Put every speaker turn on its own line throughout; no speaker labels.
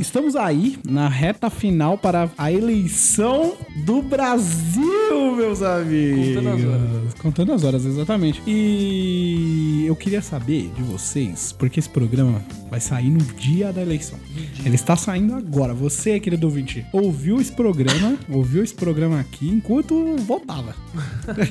Estamos aí na reta final para a eleição do Brasil, meus amigos.
Contando as
horas. Contando as horas, exatamente. E eu queria saber de vocês, porque esse programa vai sair no dia da eleição. Ele está saindo agora. Você, querido ouvinte, ouviu esse programa, ouviu esse programa aqui enquanto votava.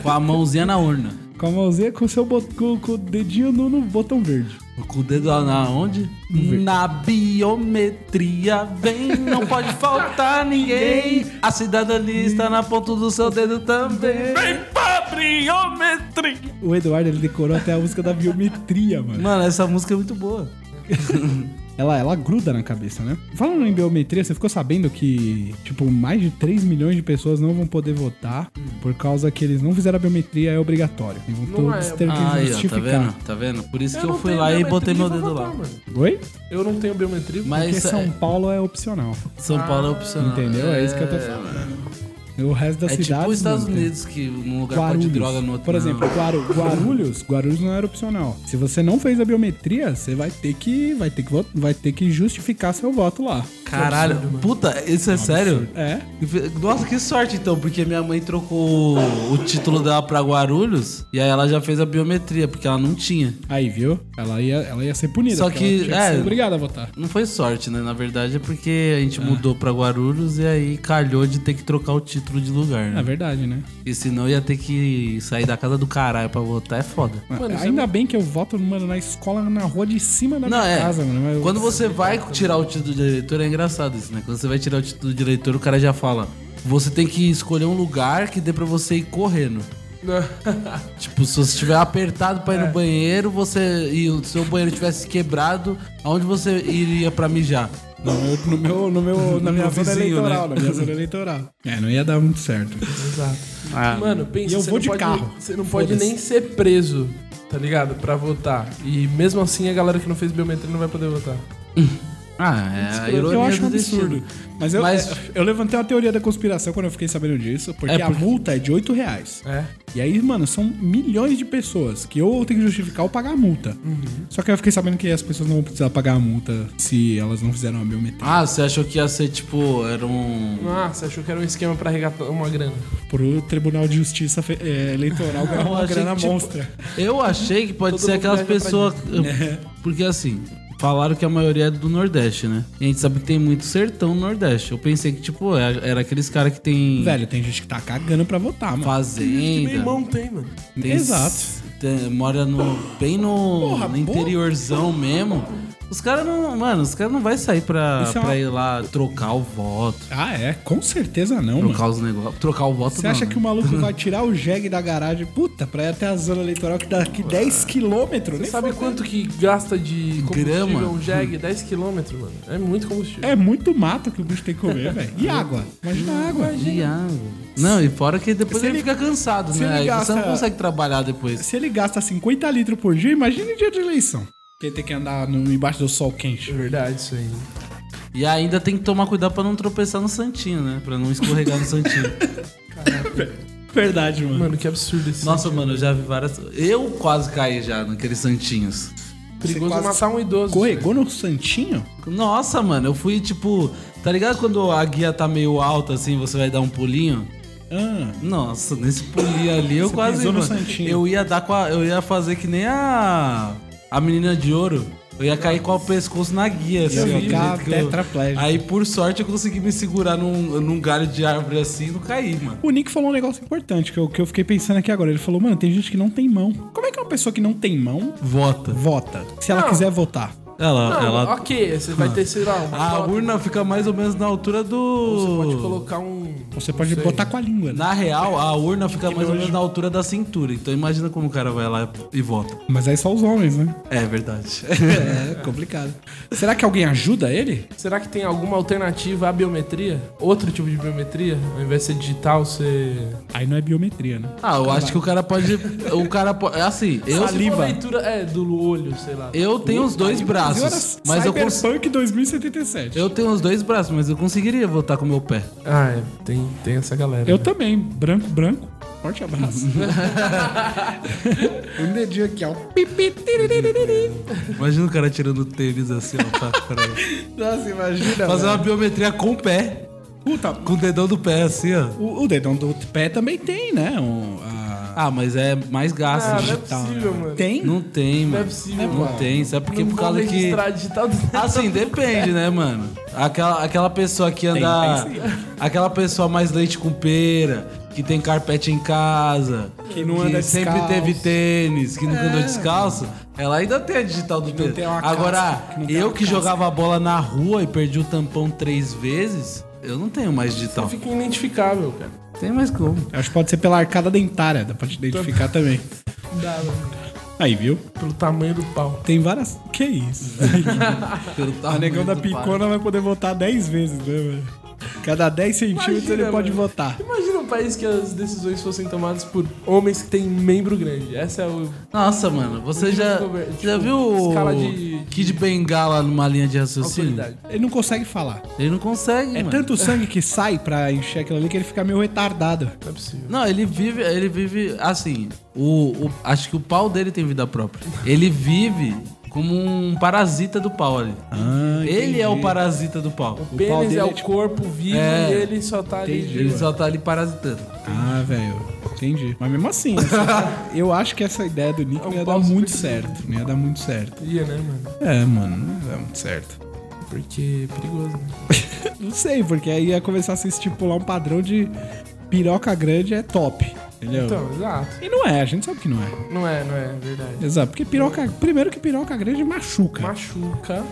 Com a mãozinha na urna.
Com a mãozinha, com o seu bot- com, com o dedinho no, no botão verde.
Com o dedo na onde? Na biometria vem, não pode faltar ninguém. A cidadania está na ponta do seu dedo também.
O Eduardo, ele decorou até a música da biometria, mano.
Mano, essa música é muito boa.
Ela, ela gruda na cabeça, né? Falando em biometria, você ficou sabendo que, tipo, mais de 3 milhões de pessoas não vão poder votar por causa que eles não fizeram a biometria, é obrigatório. E vão
Não
todos
é.
ter que
Aí, ó, tá
justificar.
vendo? Tá vendo? Por isso que
não
eu fui
tenho
lá e
biometria,
botei meu
vou
dedo
votar,
lá.
mano.
Oi?
Eu não tenho biometria.
Porque
Mas
São
é-
Paulo é opcional.
São Paulo é opcional.
Entendeu? É isso que eu tô falando. O resto da
É
cidade.
tipo os Estados Unidos, que num lugar pode droga, no outro
Por
não.
exemplo, Guaru- Guarulhos, Guarulhos não era opcional. Se você não fez a biometria, você vai ter que vai ter que vo- vai ter que justificar seu voto lá.
Caralho, puta, isso é sério?
É.
Nossa, que sorte então, porque minha mãe trocou o título dela pra Guarulhos e aí ela já fez a biometria, porque ela não tinha.
Aí, viu? Ela ia ela ia ser punida.
Só
porque
que,
ela tinha
é.
ser obrigada a votar.
Não foi sorte, né? Na verdade é porque a gente mudou pra Guarulhos e aí calhou de ter que trocar o título de lugar,
Na
né?
verdade, né?
E senão ia ter que sair da casa do caralho pra votar, é foda.
Ainda bem que eu voto mano, na escola, na rua de cima da
Não,
minha
é.
casa, mano. mas eu-
Quando você vai tirar o título de eleitor, é engraçado isso, né? Quando você vai tirar o título de eleitor, o cara já fala: você tem que escolher um lugar que dê pra você ir correndo.
né?
Tipo, se você estiver apertado pra ir
É.
no banheiro, você e o seu banheiro tivesse quebrado, aonde você iria pra mijar?
No meu, no meu, no meu, na minha zona
vizinho,
eleitoral,
né?
na minha zona eleitoral. É, não ia dar muito certo.
Ah.
Mano,
E
pensa,
eu
você
vou
não
de
pode,
carro.
Você não pode nem ser preso, tá ligado? Pra votar. E mesmo assim a galera que não fez biometria não vai poder votar.
Ah, é a
Eu
ironia
acho um
do destino.
absurdo. Mas eu,
Mas-
é, eu levantei uma teoria da conspiração quando eu fiquei sabendo disso, porque,
É
a
porque-
multa é de 8 reais.
É.
E aí, mano, são milhões de pessoas que ou tem que justificar ou pagar a multa.
Uhum.
Só que eu fiquei sabendo que as pessoas não vão precisar pagar a multa se elas não fizeram a biometria.
Ah, você achou que ia ser tipo, era um
Ah, você achou que era um esquema pra arregatar uma grana.
Pro Tribunal de Justiça Fe- é, Eleitoral ganhar
Eu
uma
achei
grana
que, tipo,
monstra.
Eu achei que pode
Todo
ser
mundo
aquelas
leva pra É.
pessoas. Porque assim, falaram que a maioria é do Nordeste, né? E a gente sabe que tem muito sertão no Nordeste. Eu pensei que, tipo, é- era aqueles caras que tem
Velho, tem gente que tá cagando pra votar, mano.
fazenda.
Meu irmão tem, mano.
tem-
Exato.
tem- mora no, bem no,
Porra,
no
boa.
interiorzão mesmo. Os caras não. Mano, os caras não vão sair pra,
Isso é
pra
uma-
ir lá trocar o voto.
Ah, é? Com certeza não, mano.
Trocar os negócios. Trocar o voto
Você
não,
acha
né?
que o maluco vai tirar o jegue da garagem, puta, pra ir até a zona eleitoral que dá aqui 10 quilômetros?
Você
Nem
sabe
fudeu.
quanto que gasta de combustível
Grama? Hum.
um jegue? 10km, mano. É muito combustível.
É muito mato que o bicho tem que comer, velho. E água? Imagina a água.
Viado. Não, e fora que depois
Se
ele,
ele-
fica cansado,
se ele
né? Aí Você não
gasta-
consegue trabalhar depois.
Se ele gasta 50 litros por dia, imagina em dia de eleição. Que Ele tem que andar no- embaixo do sol
É
quente.
verdade isso aí. né?
E ainda tem que tomar cuidado pra não tropeçar no santinho, né? Pra não escorregar no santinho.
Verdade, mano.
Mano, que absurdo esse.
Nossa, mano, eu já vi várias. Eu quase caí já naqueles santinhos.
Perigoso
você quase
matar um idoso.
Corregou no santinho?
Nossa, mano, eu fui tipo. Tá ligado quando a guia tá meio alta assim, você vai dar um pulinho?
Ah,
Nossa, nesse pulinho ali eu
Você
quase.
pisou no
mano,
santinho.
eu ia dar com a, Eu ia fazer que nem a. A menina de ouro. Eu ia cair com o pescoço na guia, assim, ó, do
ficar
jeito que eu-
tetraplégico.
Aí, por sorte, eu consegui me segurar num, num galho de árvore assim e não caí, mano.
o Nick falou um negócio importante que eu, que eu fiquei pensando aqui agora. Ele falou, mano, tem gente que não tem mão. Como é que uma pessoa que não tem mão
Vota.
vota? Se ela
Não.
quiser votar.
Ela,
Não,
ela... Ah,
ok. Você vai ter, sei lá, uma
A
foto,
urna fica mais ou menos na altura do.
Você pode colocar um...
Você pode botar com a língua, né?
Na real, a urna fica mais ou menos na altura da cintura. Então imagina como o cara vai lá e vota.
Mas aí só os homens, né?
É verdade.
É, complicado. Será que alguém ajuda ele?
Será que tem alguma alternativa à biometria? Outro tipo de biometria? Ao invés de ser digital, ser.
Aí não é biometria, né?
Ah, eu acho que o cara pode. O cara pode. Assim, eu.
Se for leitura, é, do olho, sei lá.
Eu tenho os dois braços. Mas eu, cons...
Cyberpunk 2077.
eu tenho os dois braços, mas eu conseguiria votar com o meu pé.
Ah, é, tem, tem essa galera.
Eu
né?
também, branco, branco. Forte abraço. um dedinho aqui, ó. Pipi, tiririri.
Imagina o cara tirando o tênis assim, ó, pra frente.
Nossa, imagina.
Fazer uma
velho.
biometria com o pé.
Puta,
Com o dedão do pé, assim, ó.
o, o dedão do pé também tem, né? Um, a-
Ah, mas é mais gasto.
Ah, não é
digital.
né,
possível, mano.
Tem?
Não tem,
Não é
mano.
possível,
Não
mano.
tem, sabe por quê?
Não
Por
vou
causa que.
registrar digital do
Assim, depende, né, mano? Aquela, aquela pessoa que anda.
tem sim.
aquela pessoa mais leite com pera, que tem carpete em casa,
Que não anda
sempre
descalço. É.
teve tênis, que nunca andou descalço, ela ainda tem a digital do tênis.
tem uma
Agora,
casca, que não tem
eu
uma
que jogava a bola na rua e perdi o tampão três vezes, eu não tenho mais digital.
Fica identificável, cara.
Tem mais como.
Eu acho que pode ser pela arcada dentária, dá pra te identificar também.
Dá, mano.
Aí, viu?
Pelo tamanho do pau.
Tem várias. Que isso?
Pelo
O
tamanho
negão da
do pai.
picona vai poder votar 10 vezes, né, velho? Cada 10 centímetros
Imagina,
ele pode
mano.
votar.
Imagina um país que as decisões fossem tomadas por homens que têm membro grande. Essa é o.
Nossa, mano, você
Tipo,
já,
tipo,
já viu o
escala de-
Kid Bengala numa linha de raciocínio?
autoridade.
Ele não consegue falar.
Ele não consegue,
É
mano.
tanto sangue que sai pra encher aquilo ali que ele fica meio retardado.
Não é possível.
Não, ele vive, ele vive assim. O, o- acho que o pau dele tem vida própria. Ele vive como um parasita do pau ali.
Ah,
ele é o parasita do pau.
O
pau
pênis
dele
é
é
o
tipo-
corpo vivo
É.
e ele só tá ali.
Entendi.
Ele só tá ali parasitando.
Ah, velho. Entendi. Mas mesmo assim, essa- eu acho que essa ideia do Nick
É um
não ia dar
pau
muito
super-
certo. Não ia dar muito certo.
Ia, né, mano?
É, mano, não ia dar muito certo.
Porque é perigoso, né?
Não sei, porque aí ia começar a se estipular um padrão de piroca grande é top. Entendeu?
Então, exato.
E não é, a gente sabe que não é.
Não é, não é, é verdade.
Exato, porque piroca. Primeiro que piroca grande machuca.
Machuca.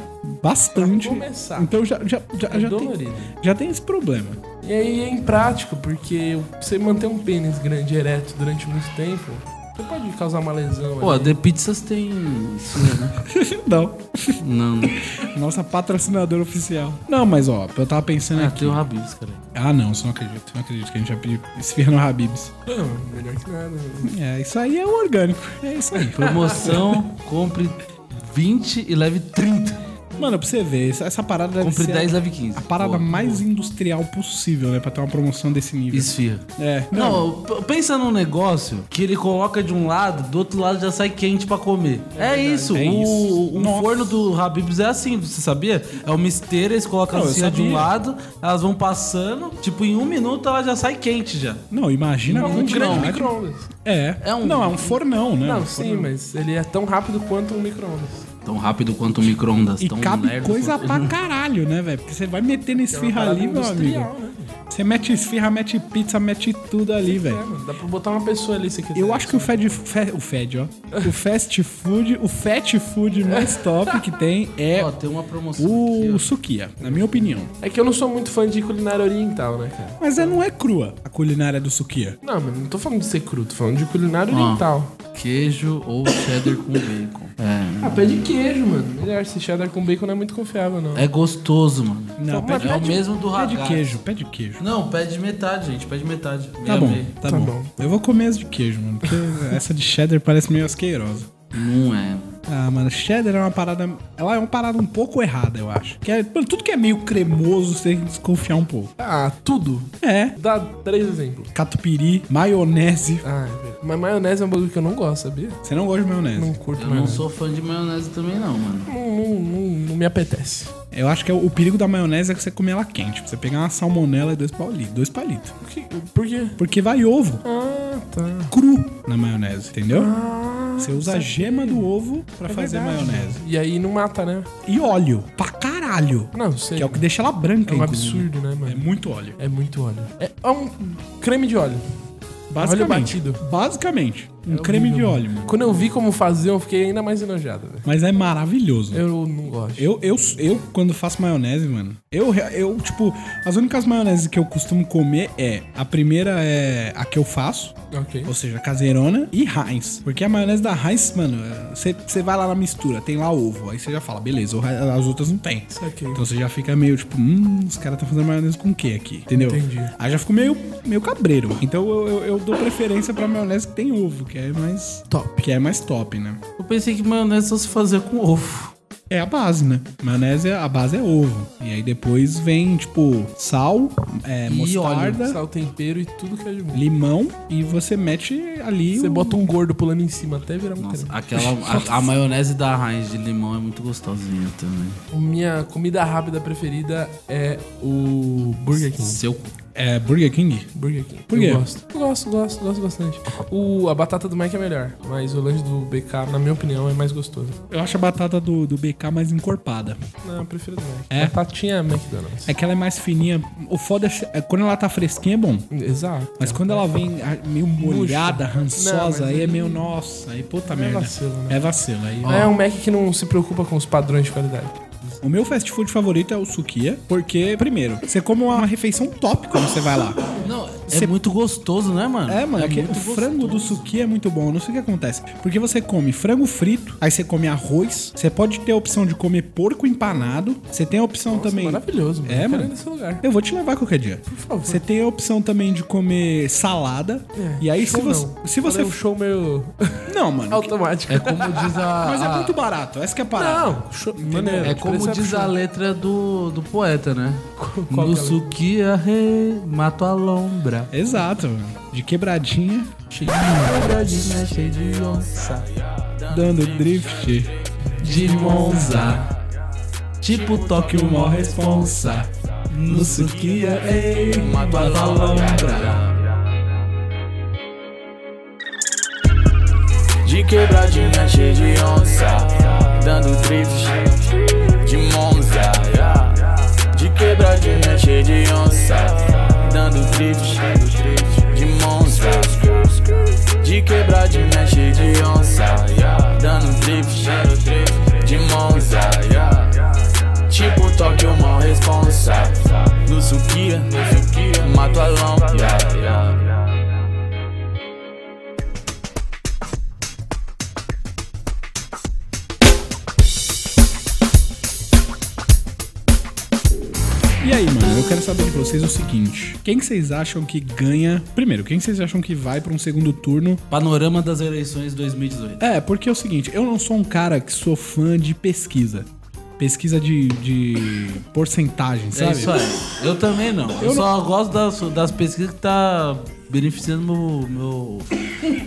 bastante.
Pra começar.
Então já, já, já,
É
já, tem,
dolorido.
já tem esse problema.
E aí é imprático, porque você manter um pênis grande ereto durante muito tempo, você pode causar uma lesão.
Pô, a
ali.
The Pizzas tem isso, né?
não.
Não, não.
Então, Nossa patrocinadora oficial. Não, mas ó, eu tava pensando
Ah,
aqui.
tem
um-
o Rabisco, cara.
Ah, não, isso eu não acredito. Não acredito que a gente já pediu esfirra no Habibs.
Não, melhor que nada. mano.
É, isso aí é orgânico. É isso aí.
Promoção, compre 20 e leve 30.
Mano, pra você ver, essa, essa parada deve
Compre
ser
10 e
a,
leve 15.
é a parada
Boa,
mais
boa.
industrial possível, né? Pra ter uma promoção desse nível.
Esfirra.
É.
Não, p- pensa num negócio que ele coloca de um lado, do outro lado já sai quente pra comer. É, isso.
É
o,
isso.
o um
Nossa.
forno do Habib's é assim, você sabia? É uma esteira, eles colocam
Não, eu
assim de
sabia.
um lado, elas vão passando, tipo, em um minuto ela já sai quente já.
Não, imagina a
Um grande
quantidade.
micro-ondas.
É.
É um-
Não, é um fornão, né?
Não,
Um
sim,
fornão.
mas ele é tão rápido quanto um micro-ondas.
Tão rápido quanto o micro-ondas.
E
tão
cabe
lerdo
coisa
quanto-
pra caralho, né, velho? Porque você vai meter na
É uma
esfirra
parada
ali, meu amigo.
industrial, né?
Você mete esfirra, mete pizza, mete tudo ali,
É,
velho.
mano, dá pra botar uma pessoa ali se quiser.
Eu acho que o Fed, fe- o Fed, ó. O fast food, o fat food mais top que tem é
Ó, tem uma promoção aqui,
o
ó.
suquia, na minha opinião.
É que eu não sou muito fã de culinária oriental, né, cara?
Mas ela não é crua, a culinária do suquia.
Não, mas não tô falando de ser cru, tô falando de culinária
Ó.
oriental.
Queijo ou cheddar com bacon. É.
Ah, pé de queijo, mano. Melhor, esse cheddar com bacon não é muito confiável, não.
É gostoso, mano.
Não,
Mas
pede,
É o mesmo do
pede
ragazzo.
queijo, pede queijo.
Não, pede metade, gente. Pede metade.
Tá
Meia,
bom,
meia.
tá,
Tá
bom.
bom.
Eu vou comer as de queijo, mano, porque essa de cheddar parece meio asqueirosa.
Não é.
Ah, mano, cheddar é uma parada. Ela é uma parada um pouco errada, eu acho. Que é, mano, tudo que é meio cremoso, você tem que desconfiar um pouco.
Ah, tudo.
É.
Dá três exemplos.
Catupiry, maionese.
Ah, é verdade. mas maionese é um bagulho que eu não gosto, sabia?
Você não gosta de maionese?
Não curto
Eu não
maionese.
sou fã de maionese também, não, mano.
Não, não, não, não me apetece.
Eu acho que é o, o perigo da maionese é que você comer ela quente. Você pegar uma salmonela e dois palitos. Dois palitos.
Por quê? Por quê?
Porque vai ovo
Ah, tá.
cru na maionese, entendeu?
Ah,
Você usa a
sabe?
gema do ovo pra
É
fazer
verdade.
maionese.
E aí não mata, né?
E óleo, pra caralho.
Não, sei.
Que é o que deixa ela branca,
É um
inclusive.
absurdo, né, mano?
É muito óleo.
É muito óleo. É, é um creme de óleo.
Basicamente.
batido. É
Basicamente. Um creme de óleo, mano.
Quando eu vi como fazer, eu fiquei ainda mais enojado, velho.
Mas é maravilhoso.
Eu não gosto.
Eu, eu, eu, quando faço maionese, mano, eu, eu, tipo, as únicas maioneses que eu costumo comer é, a primeira é a que eu faço,
Ok.
ou seja, caseirona e Heinz. Porque a maionese da Heinz, mano, é, você você vai lá na mistura, tem lá ovo, aí você já fala, beleza, o Heinz- as outras não tem.
Saquei.
Então você já fica meio tipo, hum, os caras estão fazendo maionese com o que aqui? Entendeu?
Entendi.
Aí já fico meio, meio cabreiro. Então eu, eu, eu dou preferência pra maionese que tem ovo, que é mais
Top.
que é mais top, né?
Eu pensei que maionese só se fazia com ovo.
é a base, né? Maionese, é- a base é ovo. E aí depois vem, tipo, sal, é,
E
mostarda,
Sal, tempero e tudo que é de bom.
limão e você mete ali
Você
o-
bota um gordo pulando em cima até virar um
Nossa,
creme.
aquela, a, a maionese da Heinz de limão é muito gostosinha também.
Minha comida rápida preferida é o Burger King.
Seu
é, Burger King.
Burger King.
Por quê?
Eu gosto. Eu gosto, gosto, gosto bastante. O, a batata do Mike é melhor, mas o lanche do BK, na minha opinião, é mais gostoso.
Eu acho a batata do, do BK mais encorpada.
Não, eu prefiro do Mike.
É?
Batatinha é McDonald's.
É que ela é mais fininha. O foda é se- é quando ela tá fresquinha é bom.
Exato.
Mas quando ela vem ah, meio molhada,
Não, mas
rançosa, aí
aí-
é meio, nossa, aí puta
é
merda.
vacilo, né?
É vacilo. Aí,
É um Mac que não se preocupa com os padrões de qualidade.
O meu fast food favorito é o Sukiya, porque, primeiro, você come uma refeição top quando você vai lá.
Não, é
Cê-
muito gostoso, né, mano?
É, mano, aquele-
muito
o frango do Sukiya é muito bom, eu não sei o que acontece. Porque você come frango frito, aí você come arroz, você pode ter a opção de comer porco empanado, você tem a opção também...
Maravilhoso, mano.
É,
Eu quero
mano.
ir nesse lugar.
Eu vou te levar qualquer dia.
Por favor.
Você tem a opção também de comer salada.
É,
e aí, se
show
você.
não.
Se você
Quando é um show meio
Não, mano.
automático.
É como diz a.
Mas é
a-
muito barato. Essa que é a parada.
Não, show, maneiro.
É como
Preço
diz a
absurdo.
letra do, do poeta, né?
qual
no
que é a
suquia rei, mato a lombra.
Exato, mano. De quebradinha,
Cheio de dobradinha, cheio de onça,
dando drift.
de monza. Tipo toque o mó responsa. No suquia rei, mato a lombra.
De quebradinha cheia de onça Dando drift de Monza De quebradinha cheia de onça Dando drift de Monza De quebradinha cheia de onça Dando drift de Monza Tipo toque uma responsa No suquia, mato a lomba
E aí, mano, eu quero saber de vocês o seguinte: quem que vocês acham que ganha. Primeiro, quem que vocês acham que vai pra um segundo turno?
Panorama das eleições 2018.
É, porque é o seguinte: eu não sou um cara que sou fã de pesquisa. Pesquisa de, de porcentagem, sabe?
É isso aí. Eu também não. Eu, só gosto das, das pesquisas que tá beneficiando meu, meu,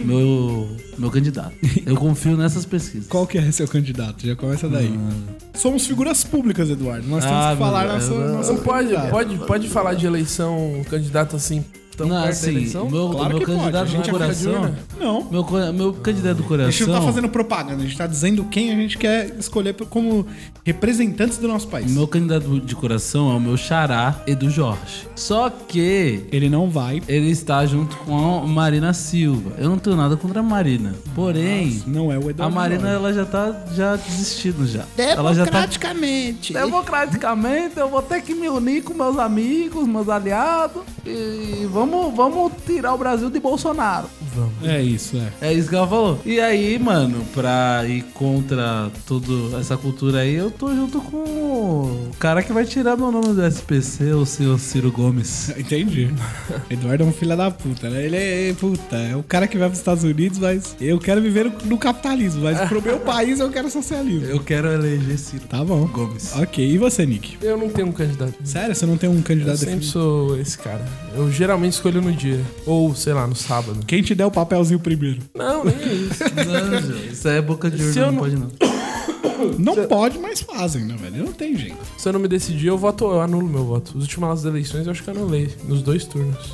meu, meu candidato. Eu confio nessas pesquisas.
Qual que é seu candidato? Já começa daí. Hum. Somos figuras públicas, Eduardo. Nós temos
Ah,
que falar
meu
nossa,
Deus.
nossa
Não pode,
candidato.
pode, pode falar de eleição, candidato assim,
é
tão
não,
perto da
assim,
eleição?
o meu,
Claro
meu
que pode, a
candidato
gente
do
é
coração.
candidato.
Não.
Meu, co- meu candidato do
A
coração.
gente não tá fazendo propaganda, a gente tá dizendo quem a gente quer escolher pro- como representantes do nosso país.
Meu candidato de coração é o meu xará Edu Jorge. Só que
Ele não vai.
ele está junto com a Marina Silva. Eu não tenho nada contra a Marina. Porém,
Não é o Eduardo.
a Marina ela já tá já desistindo já. Ela já tá Democraticamente, eu vou ter que me unir com meus amigos, meus aliados e vamos, vamos tirar o Brasil de Bolsonaro.
É isso, é.
É isso que ela falou. E aí, mano, pra ir contra toda essa cultura aí, eu tô junto com o cara que vai tirar meu nome do SPC, o senhor Ciro Gomes.
Entendi. Eduardo é um filho da puta, né? Ele é, puta, é o cara que vai pros Estados Unidos, mas eu quero viver no, no capitalismo, mas pro meu país eu quero socialismo.
Eu quero eleger Ciro.
Tá bom.
Gomes.
Ok, e você, Nick?
Eu não tenho um candidato.
Sério, você não tem um
Eu
candidato
sempre
definido?
sou esse cara. Eu geralmente escolho no dia. Ou, sei lá, no sábado.
Quem te der o papelzinho primeiro?
Não, nem é isso.
Não, Ju, isso aí é boca de
Se
urna,
eu
não
não-
pode não.
Não pode, mas fazem, né, velho? Não tem jeito.
Se eu não me decidir, eu voto, eu anulo meu voto. Os últimos das eleições eu acho que eu anulei. Nos dois turnos.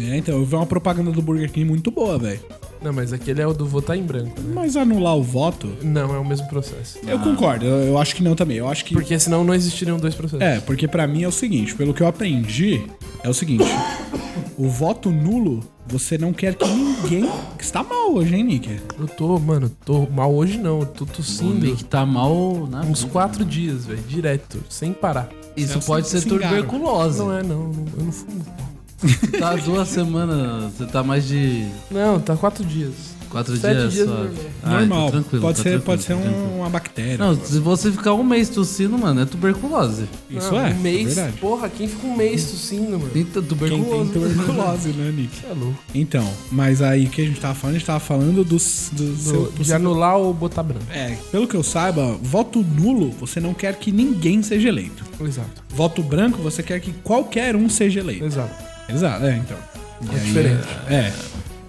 É, então, eu vi uma propaganda do Burger King muito boa, velho.
Não, mas aquele é o do votar em branco, né?
Mas anular o voto,
Não, é o mesmo processo.
Ah.
eu concordo. Eu, eu acho que não também. Eu acho que.
Porque senão não existiriam dois processos.
É, porque pra mim é o seguinte, pelo que eu aprendi, é o seguinte. o voto nulo, você não quer que ninguém. que está mal hoje, hein, Nick?
Eu tô, mano, tô mal hoje não. Eu tô
O
tossindo
Nick tá mal na
uns
vida.
quatro dias, velho. Direto, sem parar.
Isso
É,
pode
se-
ser
se engaram.
tuberculose.
Não é, não. não- Eu não fumo.
Tá duas semanas, você tá mais de.
Não, tá quatro dias.
Quatro
Sete
dias,
dias
só.
normal.
Ah, então
Normal.
tranquilo,
pode
tá
ser,
tranquilo,
pode ser um
tá tranquilo.
uma bactéria.
Não, se você ficar um mês tossindo, mano, é tuberculose.
Isso
Não,
é.
Um mês.
é verdade.
porra, quem fica um mês tossindo, mano?
Tem t-
Quem
tuberculose.
tem tuberculose, né, Nick?
Você é louco.
Então, mas aí o que a gente tava falando? A gente tava falando dos. dos seu-
De anular ou botar branco.
É, pelo que eu saiba, voto nulo, você não quer que ninguém seja eleito.
Exato.
Voto branco, você quer que qualquer um seja eleito.
Exato.
Exato, é, então.
É diferente.
É.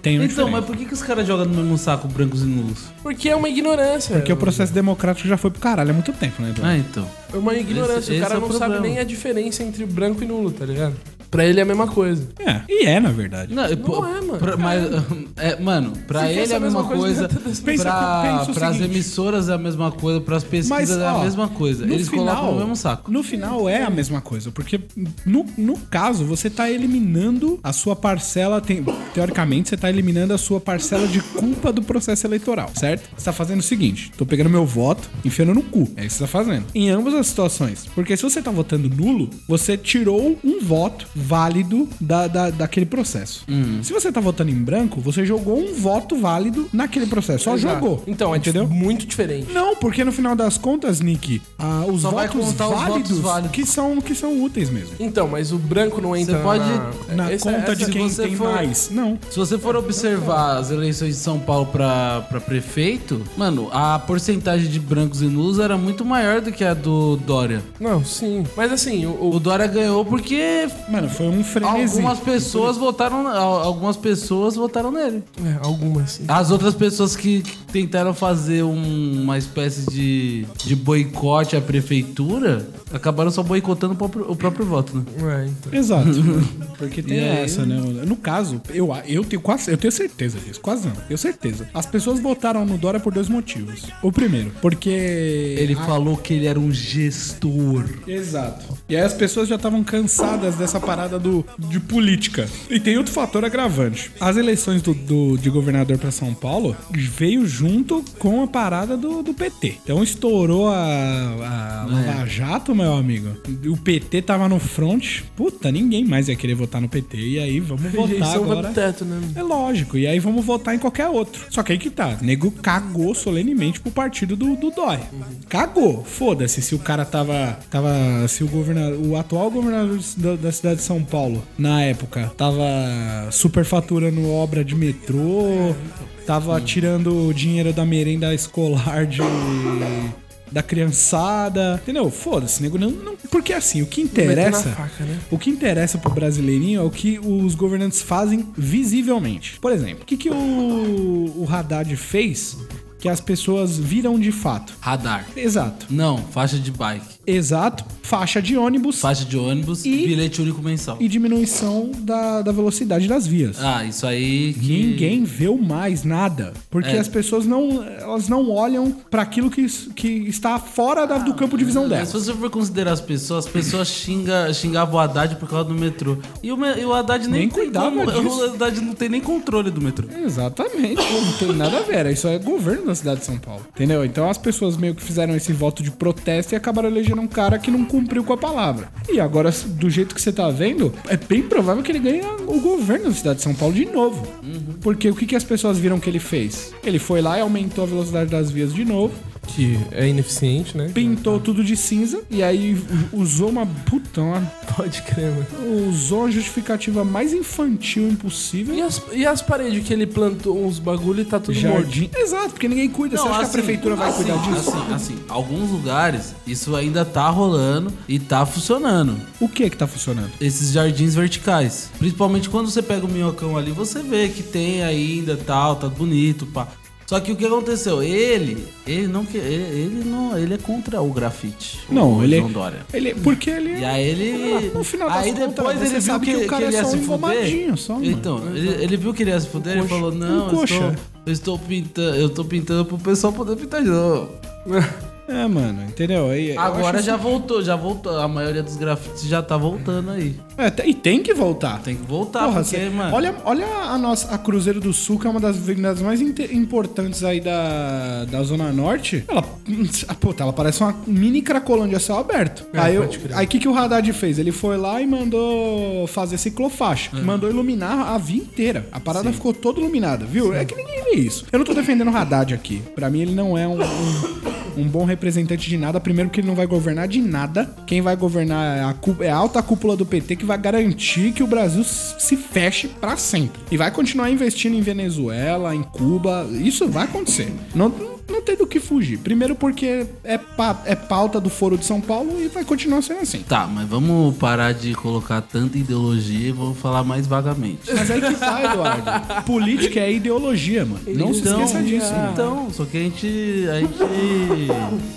Tem um
Então,
diferente.
mas por que, que os caras jogam no mesmo saco brancos e nulos?
Porque é uma ignorância.
Porque o processo democrático já foi pro caralho há muito tempo, né, Eduardo?
Ah, então.
É uma ignorância.
Esse-
o
esse
cara
é o
não
problema.
sabe nem a diferença entre branco e nulo, tá ligado? Pra ele é a mesma coisa.
Ah,
É. E é, na verdade.
Não, pô,
é, mano.
pra- mas, é, mano, pra
Se fosse
ele é a mesma coisa.
coisa,
Pensa-
pra
pensa o
as
seguinte.
emissoras é a mesma coisa, pras pesquisas é
ó,
a mesma coisa.
no
Eles colocam
final-
no mesmo saco.
No final é a mesma coisa, porque no, no caso você tá eliminando a sua parcela, tem- teoricamente você tá eliminando a sua parcela de culpa do processo eleitoral, certo? Você tá fazendo o seguinte, tô pegando meu voto, enfiando no cu, é isso que você tá fazendo. Em ambas as situações, porque se você tá votando nulo, você tirou um voto válido da, da, daquele processo.
Hum.
Se você tá votando em branco, você jogou um voto válido naquele processo, só
Exato.
jogou.
Então, é
Entendeu?
tipo, muito diferente.
Não, porque no final das contas, Nick, ah, os,
Só vai
votos
contar os votos
válidos
válidos.
que são que são úteis mesmo.
Então, mas o branco não entra
pode-
na,
Na
Essa-
conta
essa-
de quem
você
tem
for-
mais. Não.
Se você for observar as eleições de São Paulo pra, pra prefeito, mano, a porcentagem de brancos e nulos era muito maior do que a do Dória.
Não, sim. Mas assim, o, o-
O Dória ganhou porque
Mano, foi um frenesi.
algumas pessoas votaram, al- algumas pessoas votaram nele.
é, algumas. sim.
As outras pessoas que que tentaram fazer um- uma espécie de, de boicote à prefeitura acabaram só boicotando o próprio, o próprio voto, né?
É, então.
Exato. Porque tem
E aí?
essa, né? No caso, eu, eu tenho quase, eu tenho certeza disso, quase não. Tenho certeza. As pessoas votaram no Dória por dois motivos. O primeiro, porque
Ele
a-
falou que ele era um gestor.
Exato. E aí as pessoas já estavam cansadas dessa parada do, de política. E tem outro fator agravante. As eleições do, do- de governador pra São Paulo veio junto com a parada do, do PT. Então estourou a, a Lava Jato, meu amigo. O PT tava no front. Puta, ninguém mais ia querer votar no PT. E aí vamos votar
Rejeição
agora.
do teto, né? mano?
É lógico, e aí vamos votar em qualquer outro. Só que aí que tá, nego cagou solenemente pro partido do, do Dória. Cagou, foda-se se o cara tava, tava, se o governador, o atual governador da, da cidade de São Paulo, na época, tava superfaturando obra de metrô, tava tirando o dinheiro da merenda escolar de... Da criançada, entendeu? Foda-se, nego. Não, não- porque assim, o que interessa.
Meteu na faca, né?
O que interessa pro brasileirinho é o que os governantes fazem visivelmente. Por exemplo, o que, que o, o Haddad fez que as pessoas viram de fato?
Radar.
Exato.
Não, faixa de bike.
Exato. Faixa de ônibus
Faixa de ônibus
E-
e bilhete único mensal.
e diminuição da, da velocidade das vias.
Ah, isso aí que...
Ninguém viu mais nada, porque
É.
as pessoas não, elas não olham para aquilo que, que está fora da- do campo de visão
Se
delas.
você for considerar as pessoas, as pessoas xinga, xingavam o Haddad por causa do metrô. E o, me- e o Haddad nem,
Nem
tem
cuidava
como-
disso.
O Haddad não tem nem controle do metrô.
Exatamente, não tem nada a ver. Isso é governo da cidade de São Paulo. Entendeu? Então as pessoas meio que fizeram esse voto de protesto e acabaram elegendo um cara que não cumpriu com a palavra. E agora, do jeito que você tá vendo, é bem provável que ele ganhe o governo da cidade de São Paulo de novo.
Uhum.
Porque o que, que as pessoas viram que ele fez? Ele foi lá e aumentou a velocidade das vias de novo,
Que é ineficiente, né?
pintou tudo de cinza e aí usou uma puta, uma-
Pode crer, mano.
usou a justificativa mais infantil impossível.
é
E as, e as paredes que ele plantou uns bagulho e tá tudo morto?
Jardim. Exato, porque ninguém cuida. você acha que a prefeitura vai
um assim,
cuidar disso?
Assim, assim, alguns lugares isso ainda tá rolando e tá funcionando.
O que é que tá funcionando?
Esses jardins verticais. Principalmente quando você pega o minhocão ali, você vê que tem ainda tal, tá bonito, pá. Só que o que aconteceu? Ele, ele não que ele, ele não, ele é contra o grafite. o
Não, ele
João Dória.
é. Ele, porque ele
E aí ele.
No final das
aí
contas,
depois
você
ele viu
sabe
que,
que o cara
que ele
é
ia
só
se
um engomadinho,
fuder.
só, mano. é
então, ele, ele viu que ele ia se fuder, ele
coxa.
falou,
Um
não, eu
coxa.
estou, eu estou pintando, eu estou pintando pro pessoal poder pintar de novo.
É, mano, entendeu? Aí, eu
Agora
acho assim
já voltou, já voltou. A maioria dos grafites já tá voltando aí.
isso- É, te- e tem que voltar.
Tem que voltar,
Porra,
porque,
cê-
mano.
Olha, olha a nossa a Cruzeiro do Sul, que é uma das avenidas mais inte- importantes aí da, da Zona Norte. Ela, puta, ela parece uma mini Cracolândia a céu aberto.
É,
aí o
pode crer.
aí que, que o Haddad fez? Ele foi lá e mandou fazer ciclofaixa.
É.
Mandou iluminar a via inteira. A parada ficou toda iluminada, viu? É que ninguém vê isso. Eu não tô defendendo o Haddad aqui. Pra mim, ele não é um- um, um bom representante de nada. Primeiro que ele não vai governar de nada. Quem vai governar é a, cú- é a alta cúpula do PT que vai garantir que o Brasil s- se feche pra sempre. E vai continuar investindo em Venezuela, em Cuba. Isso vai acontecer. Não, não tem do que fugir. Primeiro porque é, pa- é pauta do Foro de São Paulo e vai continuar sendo assim.
Tá, mas vamos parar de colocar tanta ideologia e vamos falar mais vagamente.
Mas aí que tá, Eduardo. Política é ideologia, mano. Não se esqueça disso, mano.
Então, só que a gente. A gente.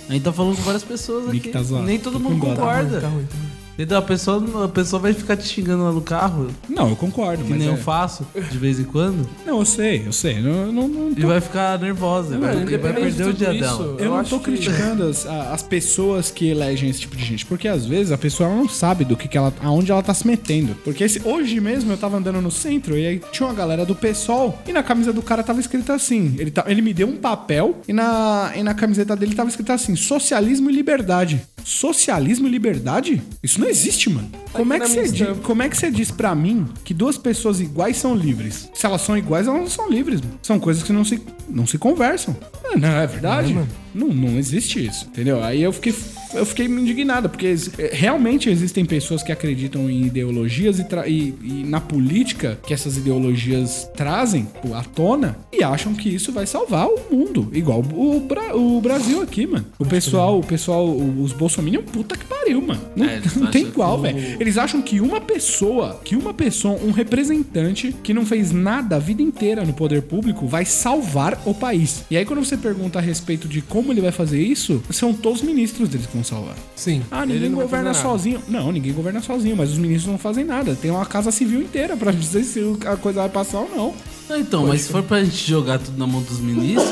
A gente tá falando com várias pessoas
Nick
aqui.
tá zoado.
Nem todo
Tô
mundo
com dó, tá ruim,
concorda. Então a pessoa, a pessoa vai ficar te xingando lá no carro,
Não, eu concordo,
que
mas
nem
é-
eu faço, de vez em quando,
Não, eu sei, eu sei. Não, não, não tô-
e vai ficar nervosa. vai- vai,
independente
perder o
de
dia
tudo
dela.
isso,
Eu, não
acho
tô
que-
criticando as, a- as pessoas que elegem esse tipo de gente, porque às vezes a pessoa ela não sabe do que, que ela, aonde ela tá se metendo. Porque esse- hoje mesmo eu tava andando no centro e aí tinha uma galera do PSOL e na camisa do cara tava escrito assim. Ele, tá- ele me deu um papel e na, e na camiseta dele tava escrito assim: socialismo e liberdade. Socialismo e liberdade? Isso não existe, mano. Como é,
Tá na
que você
minha
di-
estampa.
como é que você diz pra mim que duas pessoas iguais são livres? Se elas são iguais, elas não são livres. mano. São coisas que não se, não se conversam. Ah, Não, é verdade? Não, não existe isso, entendeu? Aí eu fiquei, eu fiquei indignado, porque ex- eh, realmente existem pessoas que acreditam em ideologias e, tra- e- e na política que essas ideologias trazem pô, à tona e acham que isso vai salvar o mundo. Igual o, Bra- o Brasil aqui, mano. O pessoal, o pessoal, o- os bolsominion, puta que pariu, mano. Não,
É, eles
não tem
acham
igual,
que o-
velho. Eles acham que uma pessoa, que uma pessoa, um representante que não fez nada a vida inteira no poder público vai salvar o país. E aí quando você pergunta a respeito de como ele vai fazer isso, são todos os ministros deles que vão salvar.
Sim.
Ah,
ele
ninguém
não vai
governa
fazer nada.
sozinho. Não, ninguém governa sozinho, mas os ministros não fazem nada. Tem uma casa civil inteira pra dizer se a coisa vai passar ou não.
Não, então, mas se for pra gente jogar tudo na mão dos ministros,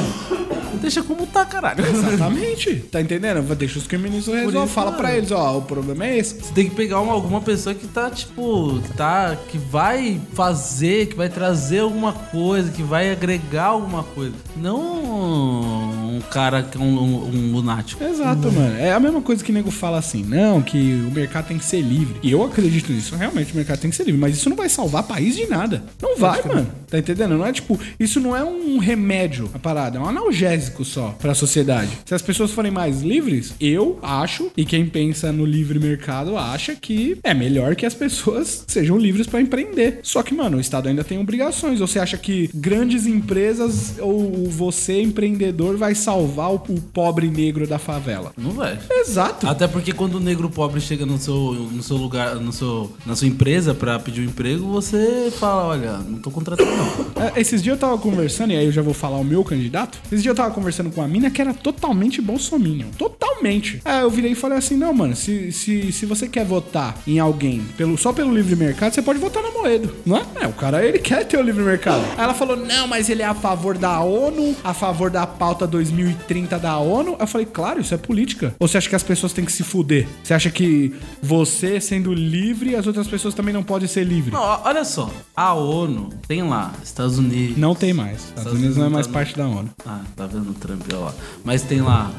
deixa como tá, caralho.
Exatamente. tá entendendo? Deixa os que o ministro resolve.
isso,
Fala
mano.
pra eles, ó, o problema é esse.
Você tem que pegar uma- alguma pessoa que tá, tipo, que tá. que vai fazer, que vai trazer alguma coisa, que vai agregar alguma coisa. Não um cara que é um, um- um lunático.
Exato, mano. É a mesma coisa que o nego fala assim, não, que o mercado tem que ser livre. E eu acredito nisso, realmente o mercado tem que ser livre, mas isso não vai salvar país de nada. Não vai, mano. Tá entendendo? Não é tipo, isso não é um remédio a parada, é um analgésico só pra sociedade. Se as pessoas forem mais livres, eu acho, e quem pensa no livre mercado acha que é melhor que as pessoas sejam livres pra empreender. Só que, mano, o Estado ainda tem obrigações. Ou Você acha que grandes empresas ou você, empreendedor, vai salvar o, o pobre negro da favela?
Não vai.
Exato.
Até porque quando o negro pobre chega no seu, no seu lugar, no seu, na sua empresa pra pedir um emprego, você fala, olha, não tô contratando não.
É, Esses dias eu tava conversando, e aí eu já vou falar o meu candidato. Esses dias eu tava conversando com uma mina que era totalmente bolsominion. Totalmente. Aí eu virei e falei assim: não, mano, se, se, se você quer votar em alguém pelo, só pelo livre mercado, você pode votar na Moedo, não é? É, o cara, ele quer ter o livre mercado. Aí ela falou: não, mas ele é a favor da ONU, a favor da pauta 2030 da ONU. Eu falei: claro, isso é política. Ou você acha que as pessoas têm que se fuder? Você acha que você sendo livre, as outras pessoas também não podem ser livres?
Não, ó, olha só, a ONU tem lá, Estados Unidos.
Não tem mais. Estados Unidos não é mais
Tá-
parte da ONU.
Ah, tá vendo o Trump, ó lá. Mas tem lá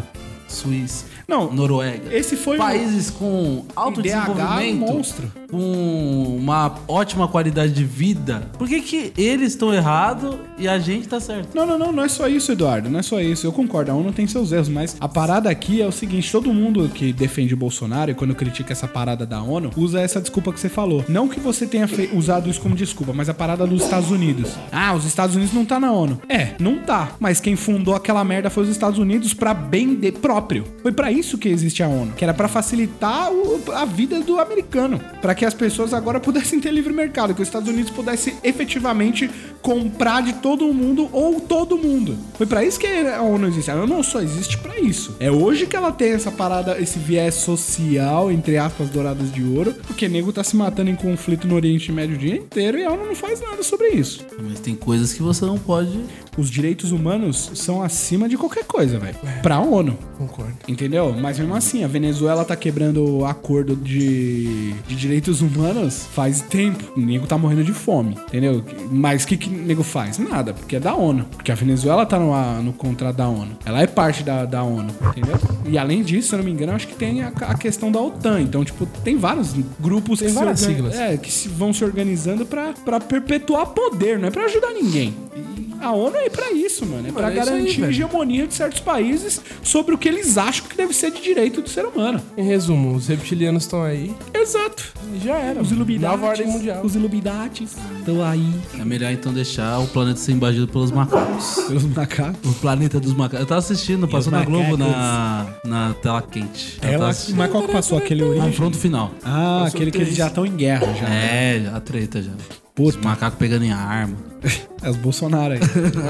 Suíça,
Não,
Noruega.
esse foi um o-
países com alto
IDH
desenvolvimento,
monstro.
com uma ótima qualidade de vida. Por que que eles estão errados e a gente tá certo?
Não, não, não, não é só isso, Eduardo. Não é só isso. Eu concordo, a ONU tem seus erros, mas a parada aqui é o seguinte: todo mundo que defende o Bolsonaro e quando critica essa parada da ONU, usa essa desculpa que você falou. Não que você tenha fe- usado isso como desculpa, mas a parada dos Estados Unidos. Ah, os Estados Unidos não tá na ONU. É, não tá. Mas quem fundou aquela merda foi os Estados Unidos pra bem de tá próprio. Foi pra isso que existe a ONU, que era pra facilitar o- a vida do americano, Pra que que as pessoas agora pudessem ter livre mercado, que os Estados Unidos pudessem efetivamente comprar de todo mundo ou todo mundo. Foi pra isso que a ONU existe. Ela não só existe pra isso. É hoje que ela tem essa parada, esse viés social, entre aspas, douradas de ouro, porque nego tá se matando em conflito no Oriente Médio o dia inteiro e a ONU não faz nada sobre isso.
Mas tem coisas que você não pode.
Os direitos humanos são acima de qualquer coisa, velho. Pra ONU.
Concordo.
Entendeu? Mas mesmo assim, a Venezuela tá quebrando o acordo de, de direitos humanos faz tempo. O nego tá morrendo de fome, entendeu? Mas o que, que o nego faz? Nada, porque é da ONU. Porque a Venezuela tá no, no contrato da ONU. Ela é parte da, da ONU, entendeu? E além disso, se eu não me engano, acho que tem a, a questão da OTAN. Então, tipo, tem vários grupos tem
várias siglas.
É, que se, vão se organizando pra, pra perpetuar poder, não é pra ajudar ninguém. E A ONU é pra isso, mano. É pra
é isso aí,
garantir a
velho.
hegemonia de certos países sobre o que eles acham que deve ser de direito do ser humano.
Em resumo, os reptilianos estão aí
Exato.
e já era.
Os
mano.
Illuminatis.
Nova ordem mundial.
Os Illuminatis estão aí.
É melhor então deixar o planeta ser invadido pelos macacos.
Pelos macacos.
O planeta dos macacos. Eu tava assistindo, passou na
os
Globo na, na tela quente. Eu tava
Ela,
assistindo.
É mas qual que passou aquele origem?
Confronto final.
Ah, aquele que eles já estão em guerra já.
É, a treta já.
Puta.
Os macacos pegando em arma.
É os Bolsonaro aí.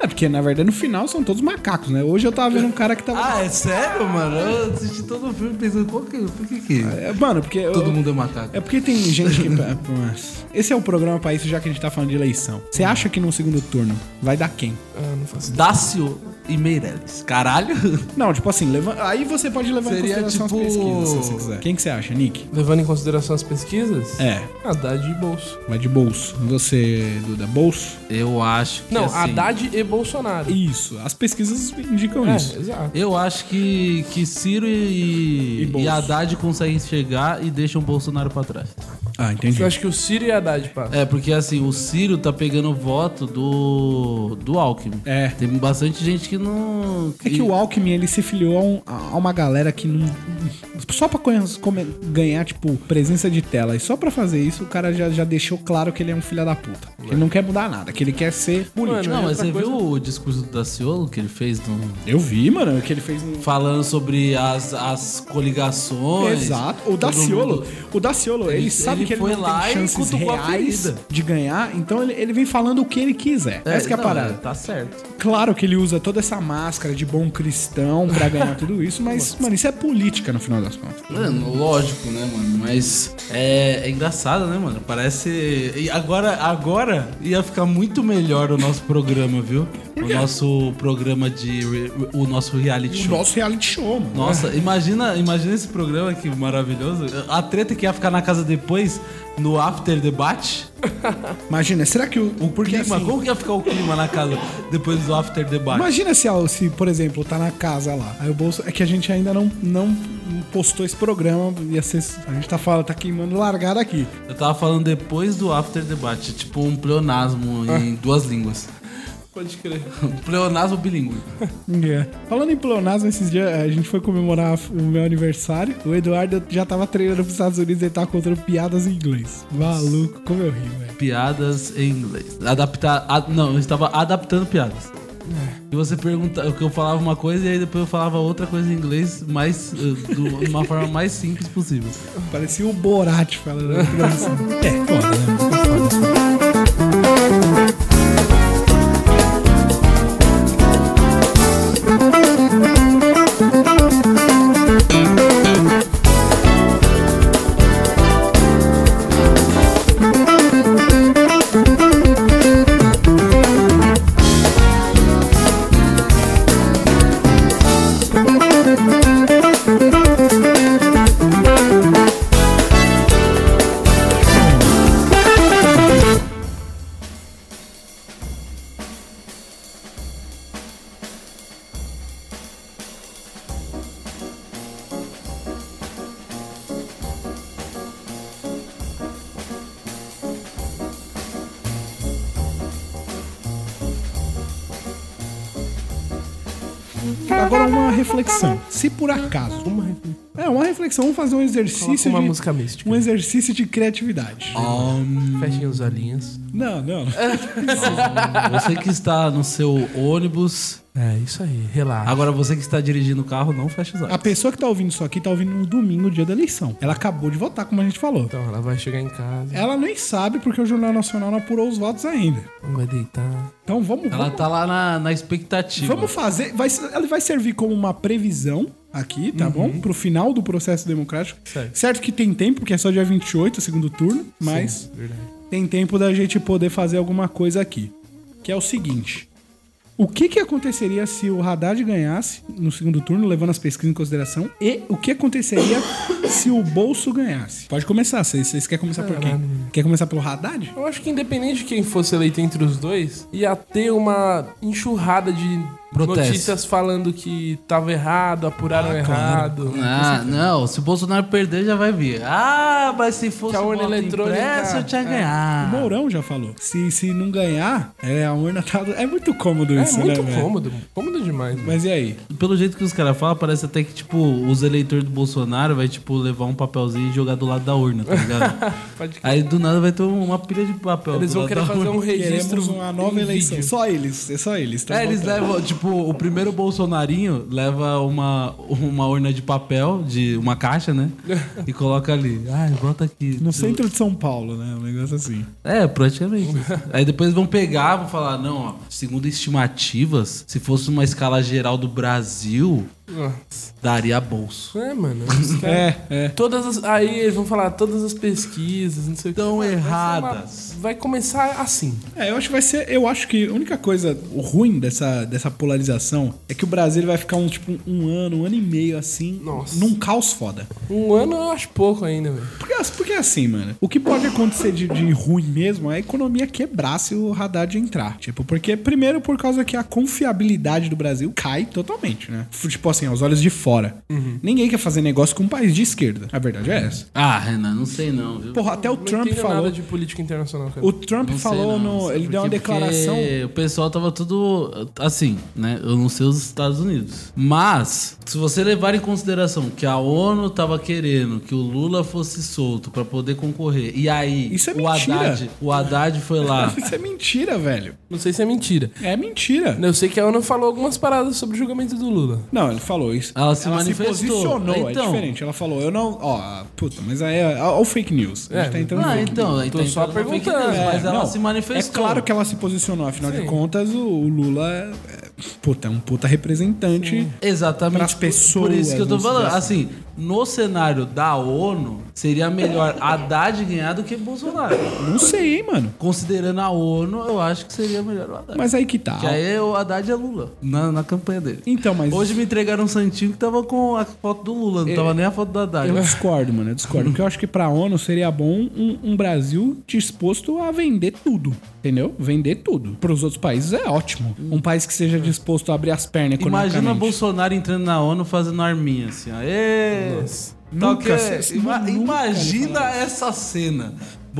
é, porque na verdade no final são todos macacos, né? Hoje eu tava vendo um cara que tava.
Ah, é sério, mano? Eu assisti todo o filme pensando, qual que, por que que
É, Mano, porque. eu-
todo mundo é macaco?
É porque tem gente que. Mas Esse é o programa pra isso, já que a gente tá falando de eleição. Você acha que no segundo turno vai dar quem?
Ah, não faço.
Dácio e Meirelles. Caralho?
Não, tipo assim, leva... aí você pode levar
Seria
em consideração
tipo-
as pesquisas, se você quiser. Quem que você acha, Nick?
Levando em consideração as pesquisas?
É,
Haddad e Bolso.
vai de bolso. Você, Duda, bolso?
Eu acho que
Não,
assim,
Haddad e Bolsonaro.
Isso, as pesquisas indicam
É,
isso.
exato.
Eu acho que, que Ciro e,
E
e,
Bolso.
Haddad conseguem chegar e deixam o Bolsonaro pra trás.
Ah, entendi.
Eu acho que o Ciro e Haddad passam.
É, porque assim, o Ciro tá pegando voto do, do Alckmin.
É.
Tem bastante gente que não...
É que o Alckmin, ele se filiou a, um- a uma galera que não... Só pra conhe- come- ganhar, tipo, presença de tela. E só pra fazer isso, o cara já, já deixou claro que ele é um filho da puta. Que ele não quer mudar nada, que ele quer ser político.
Não,
é
mas
outra
você
coisa.
viu o discurso do Daciolo que ele fez no...
Eu vi, mano, que ele fez um...
Falando sobre as, as coligações.
Exato. O
Todo
Daciolo,
mundo-
o Daciolo, ele,
Ele-
sabe
ele
que ele
foi
não
lá e
tem chances
cutucou a
reais
ferida.
de ganhar, então ele, ele vem falando o que ele quiser. Essa que é a
não,
parada.
Tá certo.
Claro que ele usa toda essa máscara de bom cristão pra ganhar tudo isso, mas, mano, isso é política no final das contas.
Mano, lógico, né, mano? Mas é, é engraçado, né, mano? Parece. e agora, agora ia ficar muito melhor o nosso programa, viu? O nosso programa de. re- O nosso reality
O
show.
nosso reality show, mano.
Nossa, imagina, imagina esse programa aqui maravilhoso. A treta que ia ficar na casa depois, no after debate.
Imagina, será que o,
O
porque,
clima,
assim,
como que ia ficar o clima na casa depois do after debate?
Imagina se, a- se, por exemplo, tá na casa lá. Aí o bolso. É que a gente ainda não, não postou esse programa. Ia ser. A gente tá falando, tá queimando largada aqui.
Eu tava falando depois do after debate, tipo um pleonasmo em duas línguas.
Ah. Pode crer.
Um pleonasmo bilíngue.
É. Falando em pleonasmo, esses dias é, a gente foi comemorar o meu aniversário. O Eduardo já tava treinando pros Estados Unidos e ele tava contando piadas em inglês. Maluco, como eu ri, velho.
Piadas em inglês. Adaptar. a- não, eu estava adaptando piadas.
É.
E você pergunta, que eu falava uma coisa e aí depois eu falava outra coisa em inglês, mas eh, do- de uma forma mais simples possível.
Parecia o Borat falando. é, foda, né? Agora uma reflexão. Se por acaso. Uma reflexão. É, uma reflexão. Vamos fazer um
Coloca
exercício.
uma
de,
música mística.
Um exercício de criatividade.
Fechem os olhinhos.
Não, não.
Você que está no seu ônibus,
É, isso aí, relaxa.
Agora você que está dirigindo o carro, não fecha os olhos.
A pessoa que tá ouvindo isso aqui tá ouvindo no domingo, dia da eleição. Ela acabou de votar, como a gente falou.
Então, ela vai chegar em casa,
Ela nem sabe porque o Jornal Nacional não apurou os votos ainda.
É.
não vai deitar.
Então vamos.
Ela
vamos,
tá lá na, na expectativa.
vamos fazer. Vai, ser- ela vai servir como uma previsão aqui, tá bom? Pro final do processo democrático.
Uhum. Certo.
que tem tempo, porque é só dia 28, segundo turno, mas
Verdade.
tem tempo da gente poder fazer alguma coisa aqui. Que é o seguinte. O que, que aconteceria se o Haddad ganhasse no segundo turno, levando as pesquisas em consideração? E o que aconteceria se o Bolso ganhasse? Pode começar, vocês vocês querem começar por quem? Quer começar pelo Haddad?
Eu acho que independente de quem fosse eleito entre os dois, ia ter uma enxurrada de
Protesto.
notícias falando que tava errado, apuraram errado.
Ah, não, se o Bolsonaro perder, já vai vir. Ah, mas se fosse
Que a urna
voto
eletrônica-
impresso, eu tinha
é.
O
ganhado.
Mourão já falou. Se, se não ganhar, é, a urna tá. É muito cômodo
É
isso,
muito
né? velho?
cômodo, cômodo demais. mano.
Mas e aí?
Pelo jeito que os caras falam, parece até que, tipo, os eleitores do Bolsonaro vai, tipo, levar um papelzinho e jogar do lado da urna, tá ligado?
Pode crer.
Aí do nada vai ter uma pilha de papel.
Eles
do
vão
lado
querer
da
fazer
urna.
um registro.
Queremos uma nova
em
eleição.
vídeo.
Só eles, é só eles. tá
É, eles
bom?
levam, tipo, o primeiro Bolsonarinho leva uma, uma urna de papel, de uma caixa, né? E coloca ali. Ah, volta aqui.
No centro de São Paulo, né? Um negócio assim.
É, praticamente. Aí depois vão pegar, vão falar, não, ó, segundo estimativas, se fosse uma escala geral do Brasil,
Nossa.
daria bolso.
É, mano. os caras-
É, é.
Todas as- aí eles vão falar todas as pesquisas, não sei o que.
Estão
Vai ser uma-
erradas.
vai começar assim.
É, eu acho que vai ser. Eu acho que a única coisa ruim dessa, dessa polarização é que o Brasil vai ficar um tipo um ano, um ano e meio assim,
Nossa.
num caos foda.
Um ano eu acho pouco ainda, velho.
Porque, porque assim, mano, o que pode acontecer de, de ruim mesmo é a economia quebrar se o Haddad entrar. Tipo, porque, primeiro, por causa que a confiabilidade do Brasil cai totalmente, né? F- Tipo assim, aos olhos de fora.
Uhum.
Ninguém quer fazer negócio com um país de esquerda. A verdade é essa.
Ah, Renan, não sei não, viu?
Porra, até o
Não
Trump
entendo
falou.
nada de política internacional, cara.
O Trump
Não sei
falou
não,
no.
sabe
ele
por
deu uma
quê?
declaração.
Porque o pessoal tava tudo assim, né? Eu não sei os Estados Unidos. Mas, se você levar em consideração que a ONU tava querendo que o Lula fosse solto pra poder concorrer, e aí
Isso é
o,
mentira.
Haddad, o Haddad foi lá.
Isso é mentira, velho.
Não sei se é mentira.
É mentira.
Eu sei que a Ana falou algumas paradas sobre o julgamento do Lula.
Não, ele falou isso.
Ela se manifestou.
posicionou, é
Então.
diferente. Ela falou, eu não. Ó, puta, mas aí é. Ó, o fake news. A gente
É,
tá entrando.
Ah,
em fake news.
então, aí
Tô
tá
só
entrando no fake
perguntando.
news, mas
É,
ela
não,
se manifestou.
É claro que ela se posicionou, afinal
Sim.
de contas, o, o Lula é, é, puta, é um puta representante.
Exatamente.
pras
Por-
pessoas,
Por isso que eu tô
vamos
falando.
dizer
Assim, no cenário da ONU, seria melhor Haddad ganhar do que Bolsonaro.
Não sei, hein, mano.
Considerando a ONU, eu acho que seria melhor o Haddad.
Mas aí que tá.
Que aí o Haddad é Lula, na, na campanha dele.
Então, mas. É,
Hoje me entregaram um santinho que tava com a foto do Lula, não tava nem a foto do Haddad.
Eu discordo, mano. Eu discordo. Porque eu acho que pra ONU seria bom um, um Brasil disposto a vender tudo. Entendeu? Vender tudo. Pros outros países é ótimo. Um país que seja disposto a abrir as pernas economicamente.
Imagina Bolsonaro entrando na ONU fazendo arminha assim, ó. Ê! Tal
Nunca,
que-
se-
ima-
nunca ele
imagina essa cena.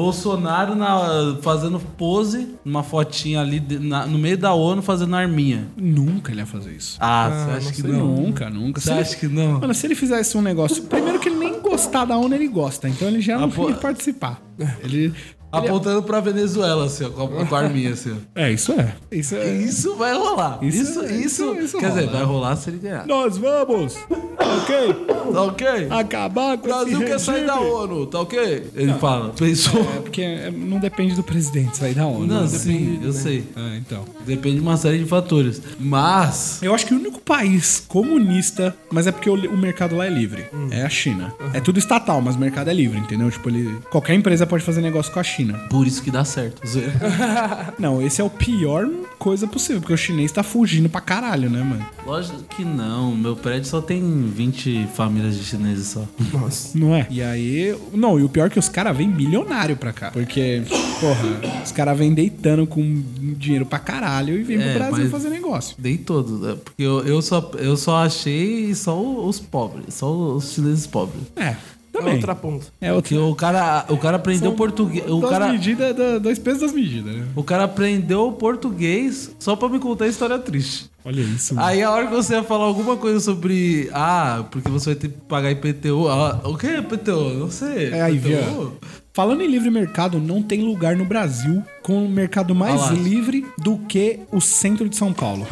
Bolsonaro na- fazendo pose, uma fotinha ali de- na- no meio da ONU fazendo arminha.
Nunca ele ia fazer isso.
Ah, você acha que não?
Nunca, nunca. Se
Você
ele-
acha que não?
Mano, se ele fizesse um negócio. Primeiro que ele nem gostar da ONU, ele gosta. Então ele já não
Apo-
queria participar. Ele.
Apontando pra Venezuela, assim, ó, com a, com a arminha, assim, ó.
É, isso é. Isso é.
Isso vai rolar.
Isso- é,
Isso, isso,
isso- isso
quer dizer,
rola.
vai rolar se ele ganhar.
Nós vamos! ok?
Tá ok?
Acabar com
O
Ah,
Brasil
esse
quer sair
regime.
da ONU, tá ok? Ele fala, pensou.
É porque é, não depende do presidente sair da ONU.
Não,
né?
sim, eu sei.
É, então.
Depende de uma série de fatores. Mas.
Eu acho que o único país comunista, mas é porque o, o mercado lá é livre,
Hum.
é a China. É tudo estatal, mas o mercado é livre, entendeu? Tipo, ele, qualquer empresa pode fazer negócio com a China.
Por isso que dá certo. Zoeira.
Não, esse é o pior coisa possível, porque o chinês tá fugindo pra caralho, né, mano?
Lógico que não. Meu prédio só tem 20 famílias de chineses só.
Nossa.
Não é? E aí. Não, e o pior é que os caras vêm milionário pra cá. Porque, porra, os caras vêm deitando com dinheiro pra caralho e vêm pro
É,
Brasil
mas-
fazer negócio.
Dei todos. né? Porque eu, eu, só, eu só achei só o- os pobres. Só os chineses pobres.
É,
É
também.
outra ponta.
É outra.
Porque o cara, o cara aprendeu
São
português. O
duas
cara,
medidas, da- dois pesos, das medidas, né?
o cara aprendeu português só pra me contar história triste.
Olha isso, mano.
Aí a hora que você ia falar alguma coisa sobre. Ah, porque você vai ter que pagar IPTU. Ah, o que é IPTU? Não sei.
É, aí,
IPTU?
viu? Falando em livre mercado, não tem lugar no Brasil com o mercado mais
Olha lá.
livre do que o centro de São Paulo.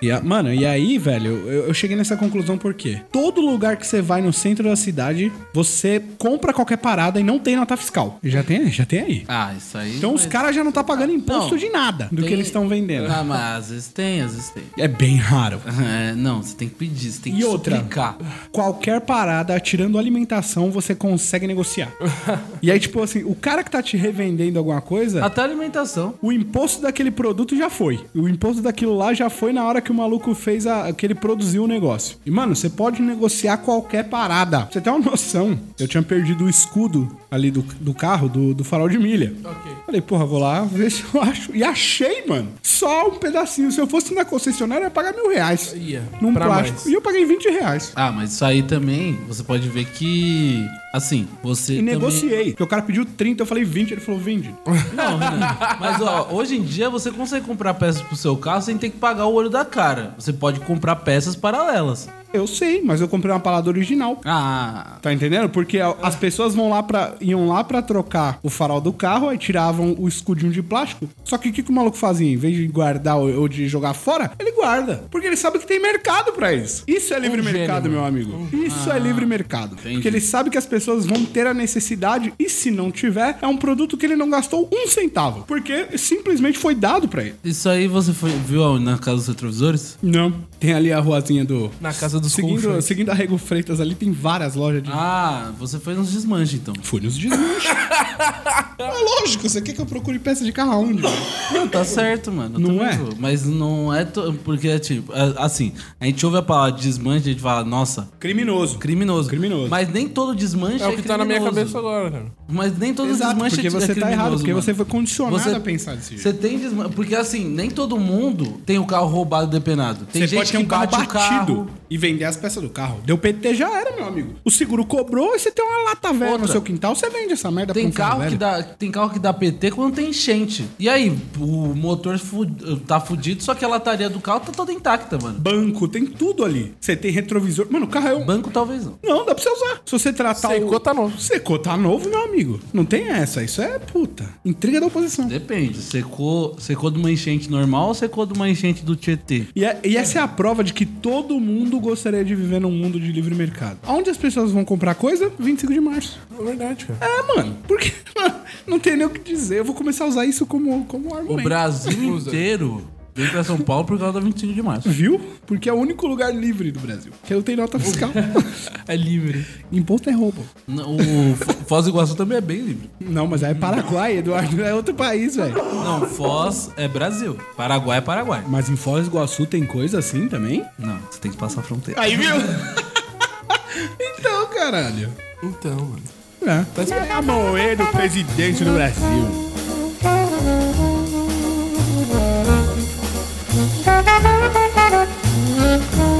E a- mano, e aí, velho, eu, eu cheguei nessa conclusão porque todo lugar que você vai no centro da cidade, você compra qualquer parada e não tem nota fiscal. Já tem, já tem aí.
Ah, isso aí.
Então os
mas-
caras já não tá pagando imposto
Não,
de nada do que
tem-
eles estão vendendo.
Ah, mas às vezes tem, às vezes tem.
É bem raro.
É, não, você tem que pedir, você tem que
E outra?
explicar.
Qualquer parada, tirando alimentação, você consegue negociar. e aí, tipo assim, o cara que tá te revendendo alguma coisa,
Até alimentação.
o imposto daquele produto já foi. O imposto daquilo lá já foi na hora que o maluco fez a. que ele produziu o negócio. E, mano, você pode negociar qualquer parada. Pra você tem uma noção. Eu tinha perdido o escudo ali do, do carro, do, do farol de milha.
Ok.
Falei, porra, vou lá ver se eu acho. E achei, mano. Só um pedacinho. Se eu fosse na concessionária, eu ia pagar mil reais.
Ia,
Num
pra
plástico.
mais.
E eu paguei 20 reais.
Ah, mas isso aí também, você pode ver que. Assim, você.
E
também-
negociei. Porque o cara pediu 30, eu falei 20. Ele falou, vende.
Não, Renan. Mas ó, hoje em dia você consegue comprar peças pro seu carro sem ter que pagar o olho da cara. Você pode comprar peças paralelas.
eu sei, mas eu comprei uma parada original.
Ah,
Tá entendendo? Porque a- as pessoas vão lá pra, iam lá pra trocar o farol do carro, aí tiravam o escudinho de plástico. Só que o que, que o maluco fazia? Em vez de guardar ou, ou de jogar fora, ele guarda. Porque ele sabe que tem mercado pra isso. Isso é
Um
livre mercado, meu amigo. Isso é livre mercado. Porque ele sabe que as pessoas vão ter a necessidade e se não tiver, é um produto que ele não gastou um centavo. Porque simplesmente foi dado pra ele.
isso aí você foi- viu na casa dos retrovisores?
Não. Tem ali a ruazinha do...
Na casa dos
Seguindo,
colchões.
seguindo a Rego Freitas ali, tem várias lojas de...
Ah, você foi nos desmanches então.
Fui nos desmanches. é lógico, você quer que eu procure peça de carro aonde? velho?
Não, tá certo, mano. Eu
Não
também
é?
vou. Mas não é. to- Porque, tipo, a- assim, a gente ouve a palavra desmanche e a gente fala, nossa,
Criminoso.
criminoso.
Criminoso.
Mas nem todo desmanche é,
É o que tá na minha
criminoso.
cabeça agora, cara.
Mas nem todo
Exato,
desmanche
porque
é
você tá
criminoso,
errado, porque
mano.
você foi condicionado a pensar desse jeito.
Você tem desmanche. Porque assim, nem todo mundo tem o carro roubado depenado. Tem
Você
gente
pode ter
que
um carro
bate
batido
o carro.
e vender as peças do carro. Deu PT, já era, meu amigo. O seguro cobrou e você tem uma lata velha no
Outra.
seu quintal, você vende essa merda
Tem
pra um
carro, que
velho.
dá, tem carro que dá PT quando tem enchente. E aí, o motor fu- tá fudido, só que a lataria do carro tá toda intacta, mano.
Banco, tem tudo ali. Você tem retrovisor. Mano, o carro é um...
Banco talvez não.
Não, dá pra você usar. Se você tratar o...
Secou, tá novo.
Secou, tá novo, meu amigo. Não tem essa. Isso é puta. Intriga da oposição.
Depende. Secou, secou de uma enchente normal ou secou de uma enchente do Tietê?
E, é- e essa é a prova de que todo mundo gostaria de viver num mundo de livre mercado. Onde as pessoas vão comprar coisa? 25 de março.
É verdade, cara.
É, mano. Porque mano, não tem nem o que dizer. Eu vou começar a usar isso como, como
O
argumento.
Brasil inteiro veio pra São Paulo por causa da 25 de março.
Viu? Porque é o único lugar livre do Brasil. Que não tem nota fiscal.
É livre.
Imposto é roubo.
O Fo- Foz do Iguaçu também é bem livre.
Não, mas aí é Paraguai, Eduardo. É outro país, velho.
Não, Foz é Brasil. Paraguai é Paraguai.
Mas em Foz do Iguaçu tem coisa assim também?
Não, você tem que passar a fronteira.
Aí, viu? então, caralho.
Então, mano.
É. Tá moendo o presidente do Brasil.
Thank you.